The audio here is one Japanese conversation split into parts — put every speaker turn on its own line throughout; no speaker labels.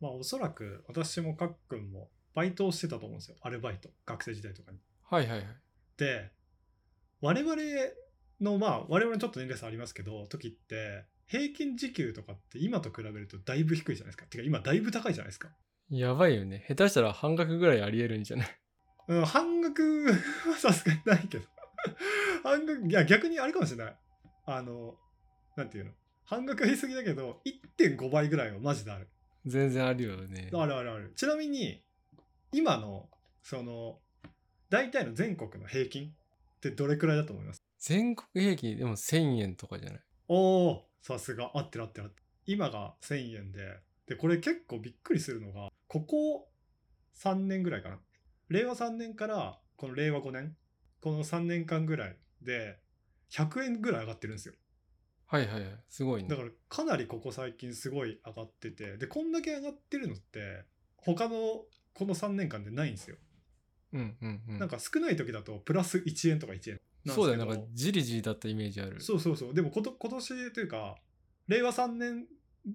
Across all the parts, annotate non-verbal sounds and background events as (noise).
まあおそらく私もかっくんもバイトをしてたと思うんですよ。アルバイト。学生時代とかに。
はいはいはい。
で、我々の、まあ我々ちょっと年齢差ありますけど、時って、平均時給とかって今と比べるとだいぶ低いじゃないですか。てか今だいぶ高いじゃないですか。
やばいよね。下手したら半額ぐらいあり得るんじゃない (laughs)
うん、半額 (laughs) はさすがにないけど。 (laughs) 半額、いや逆にあれかもしれない。あの、なんていうの。半額は言い過ぎだけど、1.5倍ぐらいはマジである。
全然あるよね。
あるあるある。ちなみに、今の、その、大体の全国の平均ってどれくらいだと思います
全国平均でも1000円とかじゃない
おおさすが、合ってる合ってる合ってる。今が1000円で、で、これ結構びっくりするのが、ここ3年ぐらいかな。令和3年から、この令和5年、この3年間ぐらいで、100円ぐらい上がってるんですよ。
はいはいはい。すごいね
だ。からかなりここ最近すごい上がってて、で、こんだけ上がってるのって、他のこの3年間でないんですよ。
うんうんうん。
なんか少ない時だとプラス1円とか1円なんですけど
そうだよ。なんかじりじりだったイメージある。
そうそうそうでもこと今年というか令和3年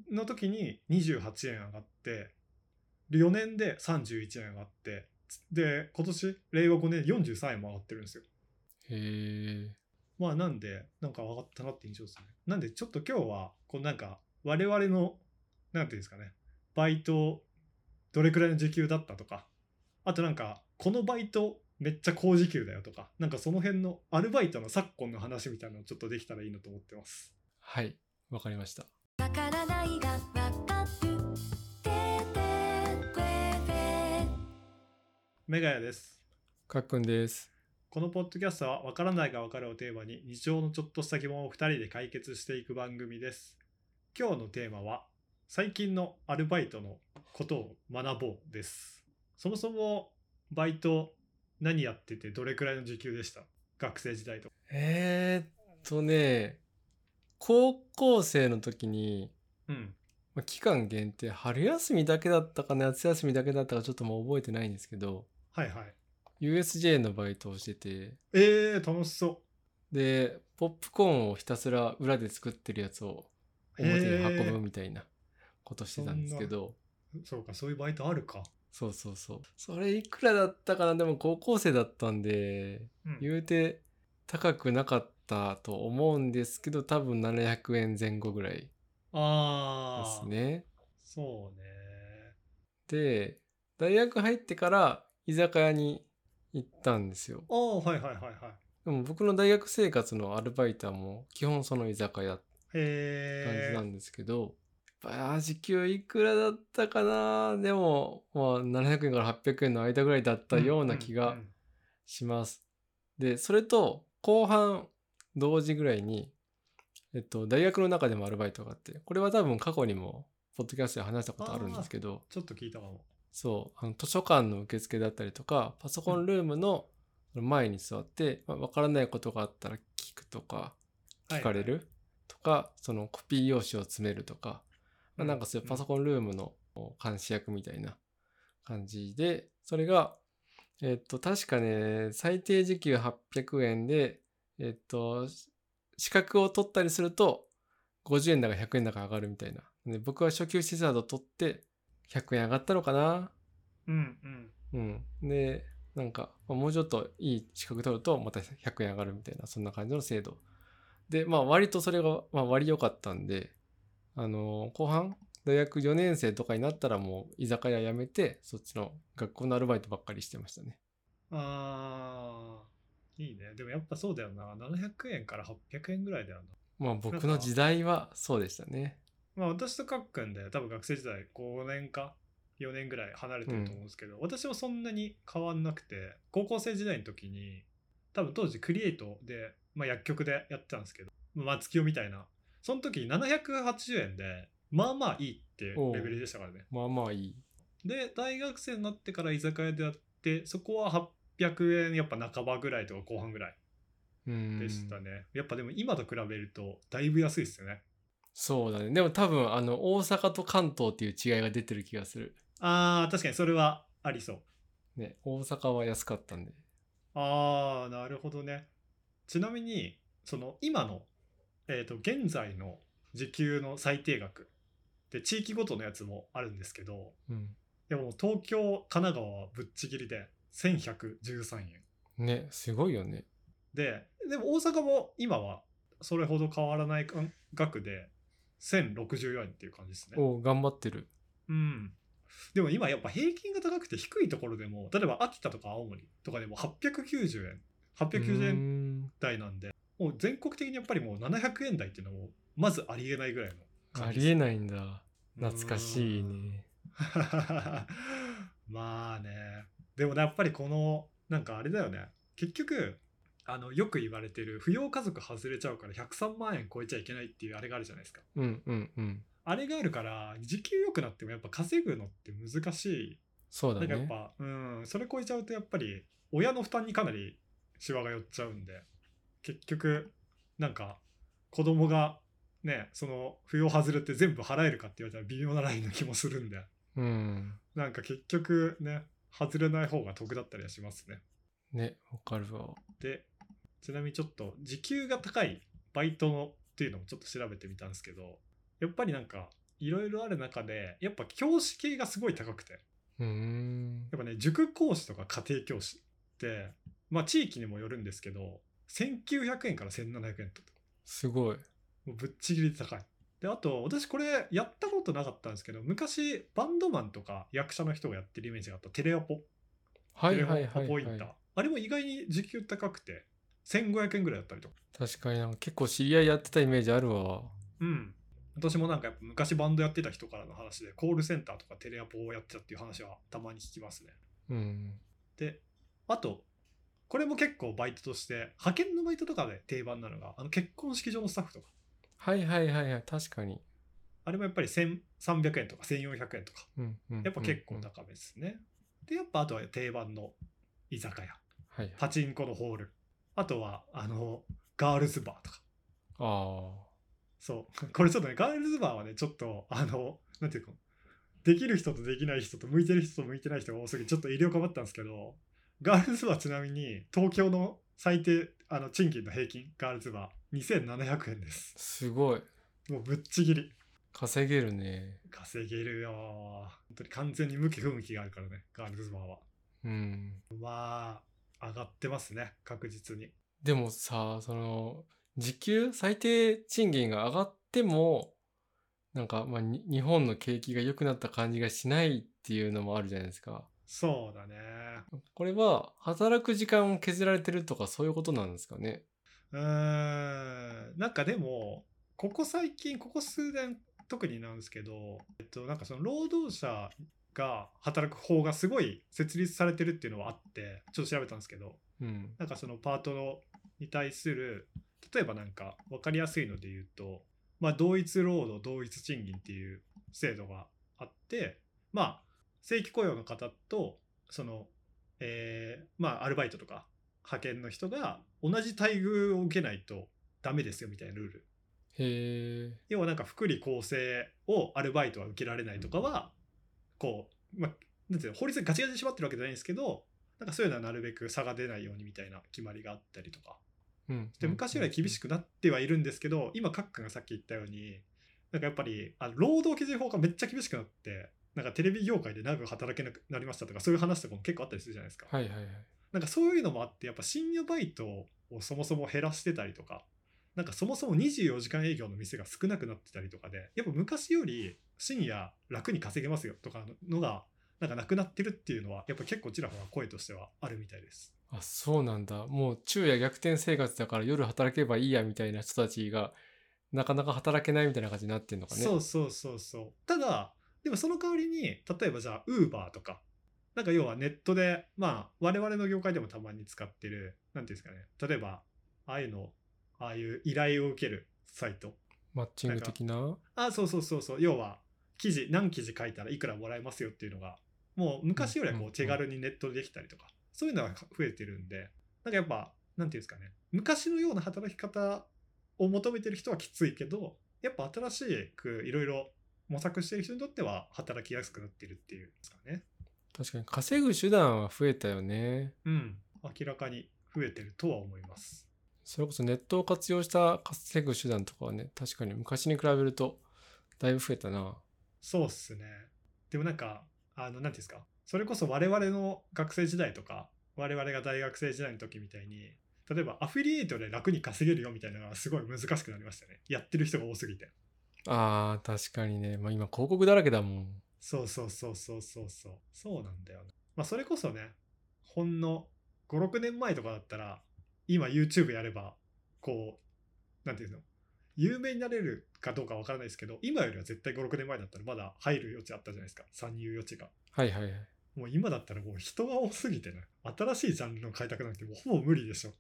の時に28円上がって4年で31円上がってで今年令和5年で43円も上がってるんですよ
へえ。
まあなんでなんか上がったなって印象ですねなんでちょっと今日はこうなんか我々のなんていうんですかねバイトどれくらいの時給だったとかあとなんかこのバイトめっちゃ高時給だよとかなんかその辺のアルバイトの昨今の話みたいなのちょっとできたらいいなと思ってます
はい。わかりました。
わからないがわかるててくれ
メガヤです
かっくんです。
このポッドキャストは「わからないがわかる」をテーマに日常のちょっとした疑問を2人で解決していく番組です。今日のテーマは「最近のアルバイトのことを学ぼう」です。そもそもバイト何やっててどれくらいの時給でした学生時代と。
えー、っとね、高校生の時に、
うん。
まあ期間限定、春休みだけだったかな、夏休みだけだったかちょっともう覚えてないんですけど、
はいはい。
USJ のバイトをしてて、
えー、楽しそ
で、ポップコーンをひたすら裏で作ってるやつを
う。
表に
へ
運ぶ
ー
みたいなことしてたんですけど、
そうか、そういうバイトあるか。
そうそうそう。それいくらだったかな、でも高校生だったんで、
うん
言うて高くなかったと思うんですけど、多分700円前後ぐらいで
あ
す
あ、
ね。
そうね。
で、大学入ってから居酒屋に行ったんですよ。
ああ、はいはいはいはい。
でも僕の大学生活のアルバイトはもう基本その居酒屋感じ
へ
な
え。
んですけど、やっぱあー時給いくらだったかなでも、まあ、700円から800円の間ぐらいだったような気
ん
が
んん
します。で、それと後半同時ぐらいに、えっと、大学の中でもアルバイトがあって、これは多分過去にも、ポッドキャストで話したことあるんですけど、
ちょっと聞いたかも。
そう、あの図書館の受付だったりとか、パソコンルームの前に座って、まあ、わからないことがあったら聞くとか、聞かれ
はいはい
るとか、そのコピー用紙を詰めるとか、まあなんかそういうパソコンルームの監視役みたいな感じで、それが、えっと、確かね、最低時給800円で、えっと、し資格を取ったりすると、50円だか100円だか上がるみたいな。で僕は初級施設だと取って、100円上がったのかな
うんうん。
うん。で、なんか、まあもうちょっといい資格取ると、また100円上がるみたいな、そんな感じの制度。で、まあ、割とそれが、まあ、割良かったんで、あのー後半、大学4年生とかになったらもう居酒屋辞めて、そっちの学校のアルバイトばっかりしてましたね。
あーいいね。でもやっぱそうだよな。700円から800円ぐらいだよな。
まあ、僕の時代はそうでしたね。
まあ私とかっくんで多分学生時代5年か4年ぐらい離れてると思うんですけど、私はそんなに変わんなくて、高校生時代の時に多分当時クリエイトで、まあ薬局でやってたんですけど、松清みたいな。その時780円で、まあまあいいっていうレベルでしたからね。
まあまあいい。
で大学生になってから居酒屋でやってそこは800円やっぱ半ばぐらいとか後半ぐらいう
ーん。
でしたね、やっぱでも今と比べるとだいぶ安いっすよね
そうだね。でも多分、あの、大阪と関東っていう違いが出てる気がする。
あー確かにそれはありそう
ね、大阪は安かったんで。
あーなるほどねちなみにその今のえっ、と現在の時給の最低額っで地域ごとのやつもあるんですけど
うん。
でも東京神奈川はぶっちぎりで1113円
ね、すごいよね。
ででも大阪も今はそれほど変わらない額で1064円っていう感じですね
お頑張ってる。
うん。でも今やっぱ平均が高くて低いところでも、例えば秋田とか青森とかでも890円、890円
円。
台なんで、もう全国的にやっぱりもう700円台っていうのも、まずありえないぐらいの
あ
感じ
り
で
え
す。
ないんだ。懐かしいう
ーん。
ね。
(laughs) まあね。でもねやっぱりこの、なんかあれだよね。結局、あの、よく言われてる、扶養家族外れちゃうから103万円超えちゃいけないっていうあれがあるじゃないですか。
うんうんうん。
あれがあるから、時給良くなってもやっぱ稼ぐのって難しい
そうだ
なんかやっ
ね。
ぱ、うん、それ超えちゃうとやっぱり親の負担にかなりシワが寄っちゃうんで結局なんか子供がねその扶養外れて全部払えるかって言われたら微妙なラインの気もするんで
うん。
なんか結局ね外れない方が得だったりはしますね
ね、わかるわ。
でちなみにちょっと時給が高いバイトのっていうのもちょっと調べてみたんですけどやっぱりなんかいろいろある中でやっぱ教師系がすごい高くて
うーん。
やっぱね、塾講師とか家庭教師って、まあ地域にもよるんですけど、1900円から1700円と。
すごい。
もうぶっちぎりで高い。で、あと、私これやったことなかったんですけど、昔バンドマンとか役者の人がやってるイメージがあったテレアポ。
は
テ
い
レ
はい
ア
はい、
ポ
は
インター
い。。
あれも意外に時給高くて、1500円ぐらいだったりとか。
確かになんか結構知り合いやってたイメージあるわ。
うん。私もなんかやっぱ昔バンドやってた人からの話で、コールセンターとかテレアポをやってたっていう話はたまに聞きますね。
うん。
で、あと、これも結構バイトとして、派遣のバイトとかで定番なのが、あの結婚式場のスタッフとか、
はいはいはいはい、確かに。
あれもやっぱり1300円とか1400円とか、
うんうん、
やっぱ結構
うんうん
高めですね。で、やっぱあとは定番の居酒屋、
はいはい。
パチンコのホール、あとは、あの、ガールズバーとか。
あ
そう。 (laughs) これちょっとね、ガールズバーはね、ちょっと、あの、なんていうか、できる人とできない人と、向いてる人と向いてない人が多すぎて、ちょっと医療かばったんですけど、ガールズバーちなみに、東京の最低、あの、賃金の平均、ガールズバー、2700円です
あ、。すごい。
もうぶっちぎり。
稼げるね。
稼げるよー。本当に完全に向き不向きがあるからね、ガールズバーは。
うん。
まあ、上がってますね、確実に。
でもさ、その、時給、最低賃金が上がっても、なんか、まあ、に日本の景気が良くなった感じがしないっていうのもあるじゃないですか。
そうだね。
これは、働く時間を削られてるとかそういうことなんですかね。
うーんなんかでもここ最近ここ数年特になんですけど、えっと、なんかその労働者が働く法がすごい設立されてるっていうのはあってちょっと調べたんですけど
うん。
なんかそのパートのに対する例えばなんか分かりやすいので言うと、まあ、同一労働同一賃金っていう制度があってまあ正規雇用の方とその、えーまあアルバイトとか派遣の人が同じ待遇を受けないとダメですよみたいなルール
へえ。
要はなんか福利厚生をアルバイトは受けられないとかはこう、まあ、なんていうの法律がガチガチに縛ってるわけじゃないんですけどなんかそういうのはなるべく差が出ないようにみたいな決まりがあったりとか
うん。
で昔よりは厳し
く。
くなってはいるんですけど今カックンがさっき言ったようになんかやっぱりあ労働基準法がめっちゃ厳しくなってなんかテレビ業界で長く働けなくなりましたとかそういう話とかも結構あったりするじゃないですか、
はいはいはい。
なんかそういうのもあってやっぱ深夜バイトをそもそも減らしてたりとかなんかそもそも24時間営業の店が少なくなってたりとかでやっぱ昔より深夜楽に稼げますよとかのがなんかなくなってるっていうのはやっぱ結構ちらほら声としてはあるみたいです
あ、そうなんだ。もう昼夜逆転生活だから夜働けばいいやみたいな人たちが、なかなか働けないみたいな感じになってんのかね。
そうそうそうそうただでもその代わりに例えばじゃあウーバーとかなんか要はネットでまあ我々の業界でもたまに使ってるなんていうんですかね例えばああいうのああいう依頼を受けるサイト
マッチング的な
あそうそうそうそう要は記事何記事書いたらいくらもらえますよっていうのがもう昔よりは
うん
こ
うん
う手軽にネットでできたりとかそういうのが増えてるんでなんかやっぱなんていうんですかね昔のような働き方を求めてる人はきついけどやっぱ新しくいろいろ模索してる人にとっては働きやすくなってるっていうんですかね
確かに稼ぐ手段は増えたよね。
うん明らかに増えてるとは思います
それこそネットを活用した稼ぐ手段とかはね、確かに昔に比べるとだいぶ増えたな。
そうっすね。でもなんか、あの、なんていうんですか、それこそ我々の学生時代とか、我々が大学生時代の時みたいに、例えばアフィリエイトで楽に稼げるよみたいなのがすごい難しくなりましたね。やってる人が多すぎて。
あー、確かにね。まあ今広告だらけだもん。
そうそうそうそうそうそう。そうなんだよな。まあそれこそね、ほんの5、6年前とかだったら、今 YouTube やれば、こう、なんていうの、有名になれるかどうかわからないですけど、今よりは絶対5、6年前だったらまだ入る余地あったじゃないですか。参入余地が。
はいはいはい。
もう今だったらもう人が多すぎてね、新しいジャンルの開拓なんてもうほぼ無理でしょ。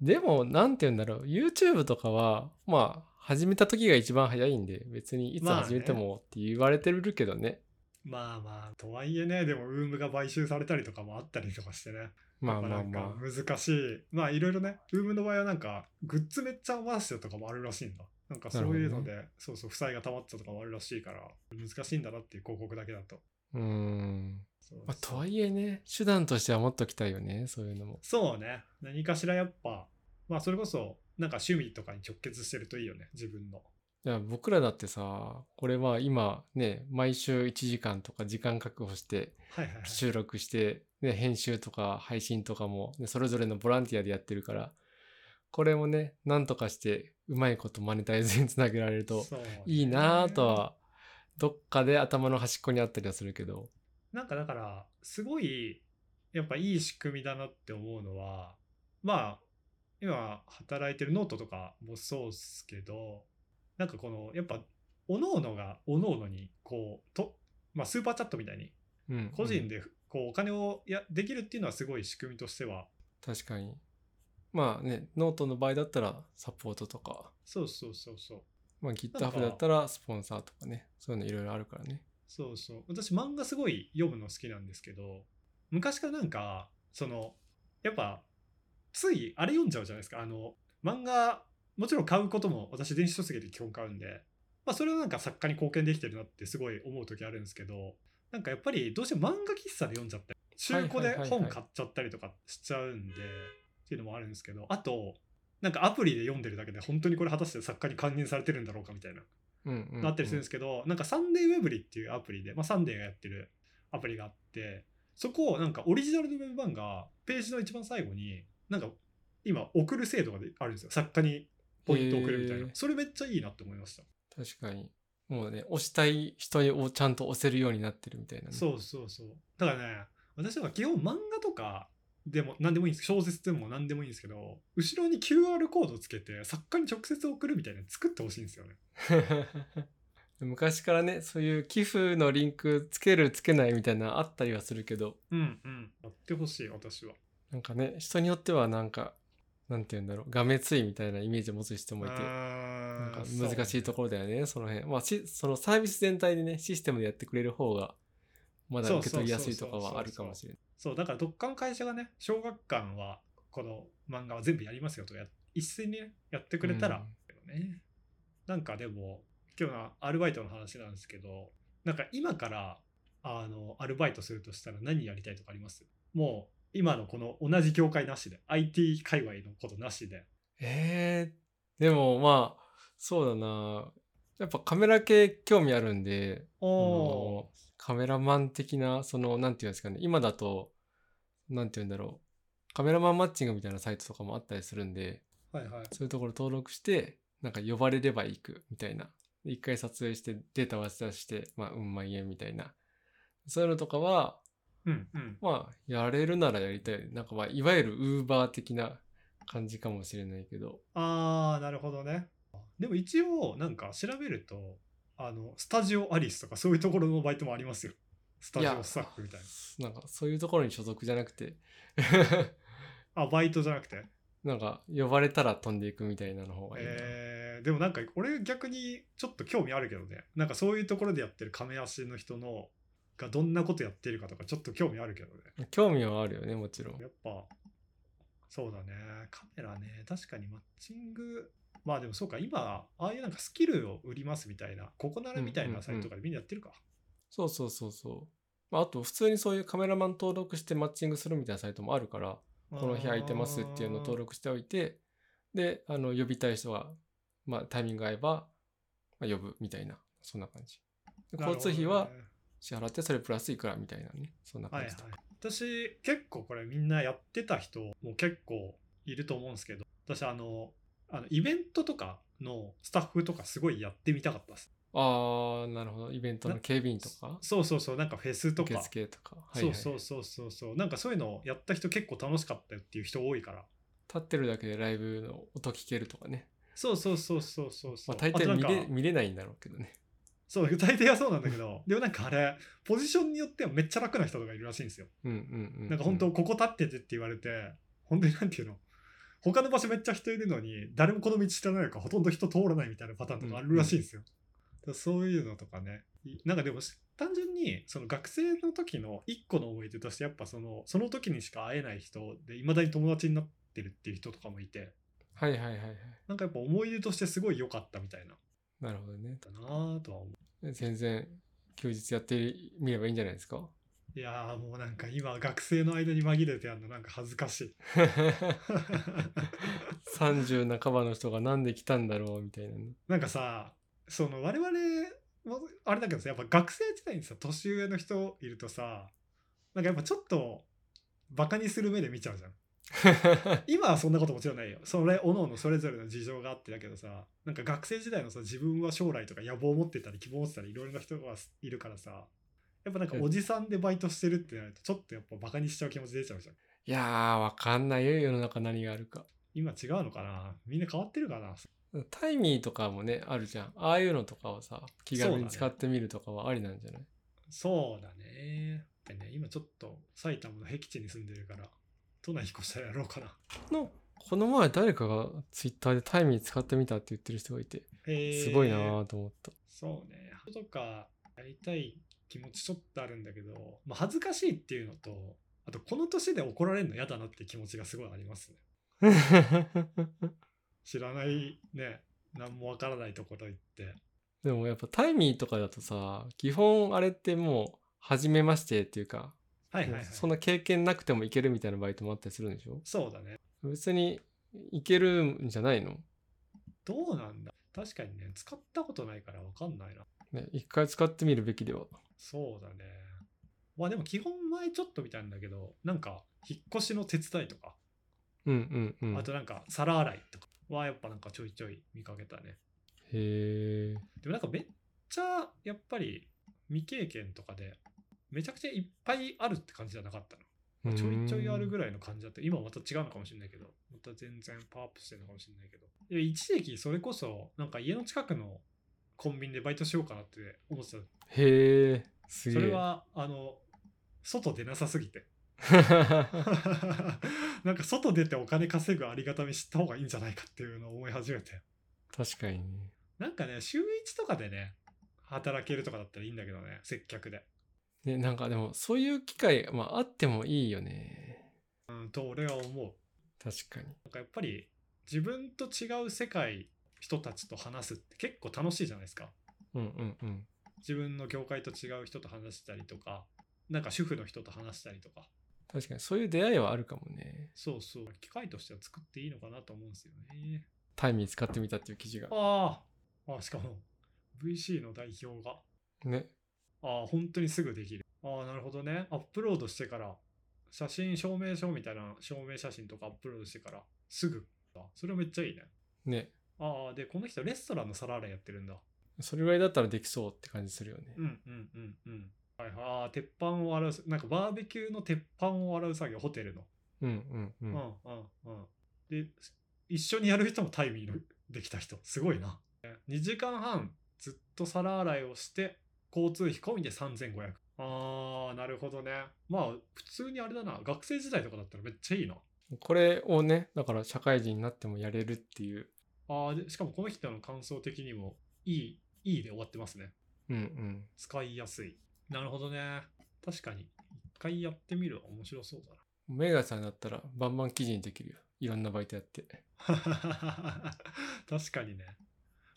でも、なんて言うんだろう。YouTube とかは、まあ、始めた時が一番早いんで、別にいつ
まあね
始めてもって言われてるけどね。
まあまあ、とはいえね、でも Room が買収されたりとかもあったりとかしてね。
まあまあ
なんか
ま
難しい。まあいろいろね、ウームの場合はなんかグッズめっちゃ回してとかもあるらしいんだ。なんかそういうので、そうそう、負債が溜まってたとかもあるらしいから、難しいんだなっていう広告だけだと。
あ。うーん。
そう
まあ、とはいえね、手段としては持っときたいよね。そういうのも。
そうね、何かしらやっぱ、まあそれこそ、なんか趣味とかに直結してるといいよね、自分の。
いや僕らだってさ、これは今ね、毎週1時間とか時間確保して、
はいはいはい。
収録して、ね、編集とか配信とかも、ね、それぞれのボランティアでやってるから、これもね、なんとかして、うまいことマネタイズにつ (laughs) なげられると
そうね
いいなぁとは、どっかで頭の端っこにあったりはするけど。
なんかだから、すごい、やっぱいい仕組みだなって思うのは、まあ、今働いてるノートとかもそうっすけど、なんかこの、やっぱ、おのおのがおのおのに、こう、と、まあ、スーパーチャットみたいに、
うん、
個
う
人
ん
で、こう、お金をやできるっていうのはすごい仕組みとしては、
確かに。まあね、ノートの場合だったらサポートとか、
そうそうそうそう。
まあ、GitHub だったらスポンサーとかね、そういうのいろいろあるからね。
そうそう。私、漫画すごい読むの好きなんですけど、昔からなんか、その、やっぱ、ついあれ読んじゃうじゃないですか。あの、漫画、もちろん買うことも、私、電子書籍で基本買うんで、まあ、それはなんか作家に貢献できてるなってすごい思う時あるんですけど、なんかやっぱり、どうしても漫画喫茶で読んじゃったり、中古
はい
で
はいはいはい
本買っちゃったりとかしちゃうんで、っていうのもあるんですけど、あと、なんかアプリで読んでるだけで、本当にこれ果たして作家に還元されてるんだろうかみたいな。
うんうん、うん。
なったりするんですけど、なんかサンデーウェブリっていうアプリで、まあ、サンデーがやってるアプリがあって、そこをなんかオリジナルのウェブ版がページの一番最後に、なんか今送る制度があるんですよ。作家にポイントを送るみたいな
へー。
それめっちゃいいなって思いました。
確かに。もうね、押したい人をちゃんと押せるようになってるみたいな、ね。
そうそうそう。だからね、私は基本漫画とかでも何でもいいんです小説でも何でもいいんですけど、後ろに QR コードつけて作家に直接送るみたいなの作ってほしいんですよね。
(laughs) 昔からね、そういう寄付のリンクつけるつけないみたいなのあったりはするけど、
うんうん。やってほしい、私は。
なんかね、人によってはなんか、なんて言うんだろう、がめついみたいなイメージを持つ人もいて、な
なん
か難しいところだよね、その辺。まあし、そのサービス全体でね、システムでやってくれる方が、まだ受け取りやすいとかはあるかもしれない。
そう、だからどっかの会社がね、小学館はこの漫画は全部やりますよとや、一斉にね、やってくれたら、ね。なんかでも、今日のアルバイトの話なんですけど、なんか今から、あの、アルバイトするとしたら何やりたいとかありますもう、今のこの同じ業界なしで、IT 界隈のことなしで。
えー、でもまあ、そうだな。やっぱカメラ系興味あるんで、
おー
あのカメラマン的なそのなんていうんですかね今だとなんていうんだろうカメラマンマッチングみたいなサイトとかもあったりするんで
はいはい。
そういうところ登録してなんか呼ばれれば行くみたいなで一回撮影してデータ渡してまあうんまいえみたいなそういうのとかは
うんうん。
まあやれるならやりたいなんかまあいわゆるウーバー的な感じかもしれないけど
あー、なるほどね。でも一応、なんか調べると、あの、スタジオアリスとかそういうところのバイトもありますよ。スタジオスタッフみたい
ななんかそういうところに所属じゃなくて (laughs)
な。あ、バイトじゃなくて。
なんか呼ばれたら飛んでいくみたいなの方がいいな、
えーでもなんか俺逆にちょっと興味あるけどね。なんかそういうところでやってる亀足の人のがどんなことやってるかとかちょっと興味あるけどね。
興味はあるよねもちろん
やっぱ、そうだね。カメラね、確かにマッチング。まあでもそうか、今、ああいうなんかスキルを売りますみたいな、ここならみたいなサイトとかでみんなやってるか。
そうそうそうそうまああと普通にそういうカメラマン登録してマッチングするみたいなサイトもあるからこの日空いてますっていうのを登録しておいてであの呼びたい人は、まあ、タイミング合えば、まあ、呼ぶみたいなそんな感じで交通費は
なるほどね
支払ってそれプラスいくらみたいなねそんな
はい
感
はい
じとか、、
私結構これみんなやってた人も結構いると思うんですけど私あのあのイベントとかのスタッフとかすごいやってみたかったです
ああなるほどイベントの警備員とか
そうそうそうなんかフェスと
受
か
付とか、はい
そう
はい、
そう
立
そうそうそうなんかそういうのをやった人結構楽しかったよっていう人多いから
ってるだけでライブの音聞けるとかね
そうそうそうそうそうそ
ま
う
あ大
あと
抵
なん
見
か
れ見れないんだろうけどね
そう大抵はそうなんだけどでもなんかあれポジションによってはめっちゃ楽な人とかいるらしいんですよ
うんうんうん、う
なんか本当ここ立っててって言われて、本当になんていうの他の場所めっちゃ人いるのに誰もこの道知らないからほとんど人通らないみたいなパターンとかあるらしいんですよ。だからそういうのとかねいなんかでもし単純にその学生の時の一個の思い出としてやっぱそのその時にしか会えない人でいまだに友達になってるっていう人とかもいて
はいはいはいはい
なんかやっぱ思い出としてすごい良かったみたいな
なるほどね
だなぁとは思
全然休日やってみればいいんじゃないです (laughs) か
ういやーもうなんか今学生の間に紛れてやるのなんか恥ずかしい (laughs)
30半ばの人がなんで来たんだろうみたいなね
なんかさその我々もあれだけどさやっぱ学生時代にさ年上の人いるとさなんかやっぱちょっとバカにする目で見ちゃうじゃん今はそんなこともちろんないよそれおののそれぞれの事情があってだけどさなんか学生時代のさ自分は将来とか野望を持ってたり希望を持ってたりいろいろな人がいるからさやっぱなんかおじさんでバイトしてるってなるとちょっとやっぱバカにしちゃう気持ち出ちゃうじゃん
(laughs) いやーわかんないよ世の中何があるか
今違うのかなみんな変わってるかな
タイミーとかもねあるじゃんああいうのとかをさ気軽
そう
に
だね
使ってみるとかはありなんじゃない、
そうだね。でね、今ちょっと埼玉の僻地に住んでるから、都内引っ越したらやろうかな。
のこの前誰かがツイッターでタイミー使ってみたって言ってる人がいてすごいなーと思った、 (laughs)
そうね。とか、やりたい気持ちちょっとあるんだけど、まあ、恥ずかしいっていうのと、あとこの年で怒られるの嫌だなって気持ちがすごいありますね。知らないね、何もわからないところ行って。
でもやっぱタイミーとかだとさ基本あれってもう初めましてっていうか、
はいはいはい。
もうそんな経験なくてもいけるみたいなバイトもあったりするんでしょ
そうだね。
別にいけるんじゃないの、
どうなんだ確かにね、使ったことないからわかんないな。
ね、一回使ってみるべきでは
そうだね。まあでも基本前ちょっと見たんだけど、なんか引っ越しの手伝いとか、
うんうんうん
あとなんか皿洗いとかはやっぱなんかちょいちょい見かけたね。
へえ
でもなんかめっちゃやっぱり未経験とかで、めちゃくちゃいっぱいあるって感じじゃなかったの。まあちょいちょいあるぐらいの感じだった。今はまた違うのかもしれないけど、また全然パワーアップしてるのかもしれないけど。で一時期それこそなんか家の近くのコンビニでバイトしようかなって思ってた。
へえす
そ
げえ
れはあの、外出なさすぎて。 (laughs) なんか外出てお金稼ぐありがたみ知った方がいいんじゃないかっていうのを思い始めて
(laughs) 確かにね
なんかね週1とかでね働けるとかだったらいいんだけどね接客で
ねなんかでもそういう機会、まあ、あってもいいよね
うんと俺は思う
確かに
なんかやっぱり自分と違う世界人たちと話すって結構楽しいじゃないですか
うんうんうん
自分の業界と違う人と話したりとかなんか主婦の人と話したりとか
確かにそういう出会いはあるかもね
そうそう機会としては作っていいのかなと思うんですよね
タイミー使ってみたっていう記事が
あーあしかも VC の代表が
ね
ああ、本当にすぐできる。ああ、なるほどね。アップロードしてから、写真証明書みたいな証明写真とかアップロードしてから、すぐだ。それはめっちゃいいね。
ね
ああ、で、この人レストランのサラーレやってるんだ。
それぐらいだったらできそうって感じするよね
うんうんうんうん。はいはい、ああ、鉄板を洗う、なんかバーベキューの鉄板を洗う作業、ホテルの。
うんうん
う
うんん
うんうん。で、一緒にやる人もタイミングできた人、すごいな。2時間半ずっと皿洗いをして、交通費込みで3500。あー、なるほどね。まあ、普通にあれだな。学生時代とかだったらめっちゃいいな。
これをねだから社会人になってもやれるっていう
あーで、しかもこの人の感想的にも、いい、いいで終わってますね。
うんうん
使いやすい。なるほどね。確かに。一回やってみるは面白そうだな。
メガさんだったらバンバン記事にできるよいろんなバイトやって
(laughs) 確かにね。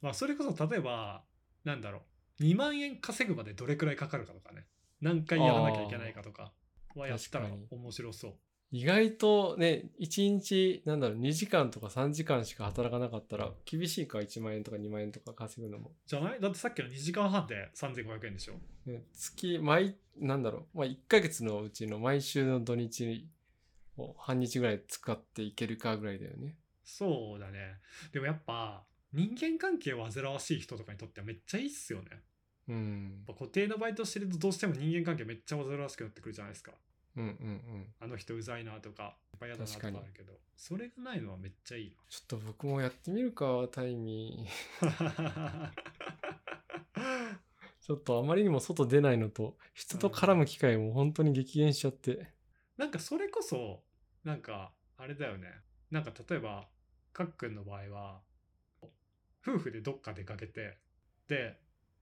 まあそれこそ例えばなんだろう2万円稼ぐまでどれくらいかかるかとかね何回やらなきゃいけないかとかはやったら
確かに
面白そう。
意外とね、1日、なんだろう、2時間とか3時間しか働かなかったら、厳しいか、1万円とか2万円とか稼ぐのも。
じゃないだってさっきの2時間半で3500円でしょ
ね月、毎、なんだろう、まあ、1ヶ月のうちの毎週の土日を半日ぐらい使っていけるかぐらいだよね。
そうだねでもやっぱ人間関係を煩わしい人とかにとってはめっちゃいいっすよねやっ
うん。
ぱ固定のバイトしてるとどうしても人間関係めっちゃ煩わしくなってくるじゃないですか
うんうんうん。
あの人うざいなとかいっぱい嫌だなとかあ
確
る
かに
けどそれがないのはめっちゃいい
ちょっと僕もやってみるか、タイミー。
な
ちょっとあまりにも外出ないのと、人と絡む機会も本当に激減しちゃって。
なんかそれこそなんかあれだよねなんか例えばかっくんの場合は夫婦でどっか出かけてで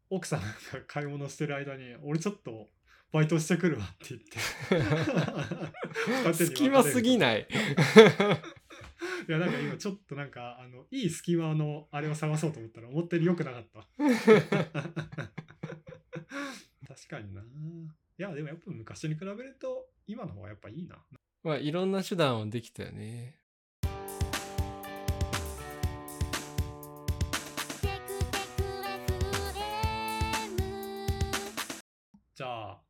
奥さんが買い物してる間に俺ちょっとバイトしてくるわって言って (laughs) 勝手に別れる
隙間す
(laughs)
ぎない。
いやなんか今ちょっとなんかあのいい隙間のあれを探そうと思ったら思ったより良くなかった
(laughs)
確かにないやでもやっぱ昔に比べると今の方がやっぱいいな
まあ、いろんな手段はできたよね。
テクテク FM
じゃあ、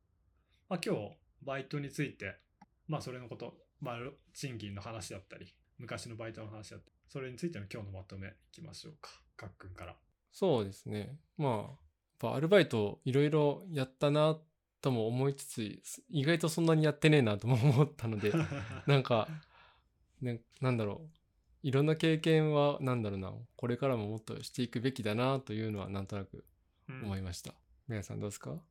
まあ、今日バイトについてまあそれのこと、まあ、賃金の話だったり昔のバイトの話だったりそれについての今日のまとめいきましょうかかっくんから
そうですね。まあ、やっぱアルバイトいろいろやったなとも思いつつ、意外とそんなにやってねえなとも思った
(laughs)
ので、なんか、ね、なんだろう。いろんな経験は、なんだろうな、これからももっとしていくべきだなというのはなんとなく
うん
思いました。皆さんどうですか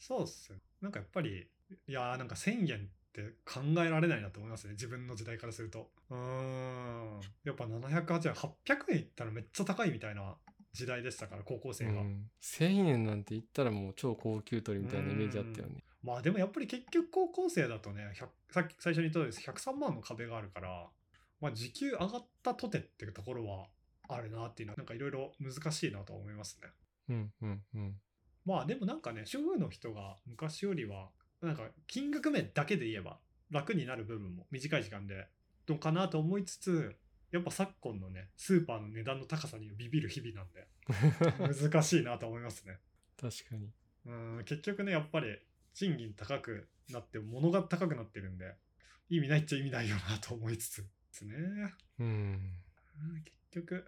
そうっすよなんかやっぱりいやーなんか1000円って考えられないなと思いますね自分の時代からするとうーんやっぱ708円800円いったらめっちゃ高いみたいな時代でしたから高校生が、
うん、1000円なんて言ったらもう超高級取りみたいなイメージあったよね。
まあでもやっぱり結局高校生だとね100さっき最初に言ったようです103万の壁があるから、まあ、時給上がったとてっていうところはあるなっていうのはなんかいろいろ難しいなとは思いますね
うんうんうん。
まあでもなんかね主婦の人が昔よりはなんか金額面だけで言えば楽になる部分も短い時間でどうかなと思いつつやっぱ昨今のねスーパーの値段の高さにビビる日々なんで難しいなと思いますね
確かに。
うん結局ねやっぱり賃金高くなって物が高くなってるんで意味ないっちゃ意味ないよなと思いつつですね
(laughs) うん。
うん結局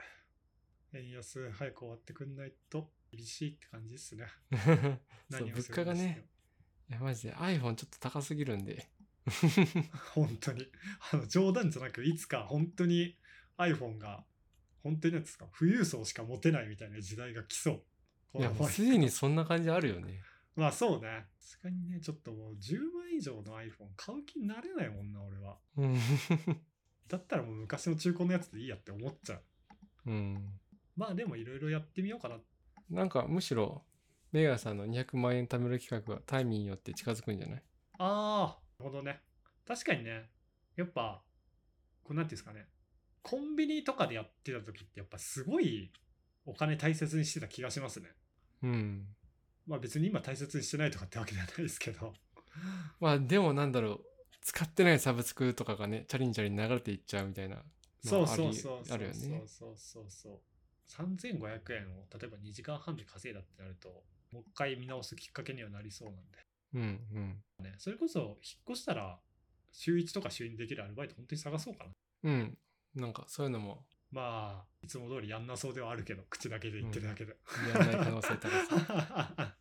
円安早く終わってくんないと厳しいって感じですね
そう
何をする
物
に
価
しても
がねいやマジで iPhone ちょっと高すぎるんで
(laughs) 本当にあの冗談じゃなくいつか本当に iPhone が本当になんですか富裕層しか持てないみたいな時代が来そうこ
い
の
やもう
前
すでにそんな感じあるよね
まあそうねさすがにねちょっともう10万以上の iPhone 買う気になれないもんな俺は
うん
だったらもう昔の中古のやつでいいやって思っちゃう
うん
まあでもいろいろやってみようかな
なんかむしろメガさんの200万円貯める企画はタイミーによって近づくんじゃない
ああなるほどね確かにねやっぱこうなんていうんですかねコンビニとかでやってた時ってやっぱすごいお金大切にしてた気がしますね
うん
まあ別に今大切にしてないとかってわけではないですけど。
まあでもなんだろう使ってないサブスクとかがねチャリンチャリン流れていっちゃうみたいな
そう
まああ
そう
り
そうそう。
あるよね
そうそうそうそう。3500円を例えば2時間半で稼いだってなると、もう一回見直すきっかけにはなりそうなん
うんうん
で。ね、それこそ引っ越したら、週1とか週2できるアルバイト本当に探そうかな。
うんなんかそういうのも
まあ、いつも通りやんなそうではあるけど、口だけで言ってるだけで。、
やらない可能性高さ
(laughs)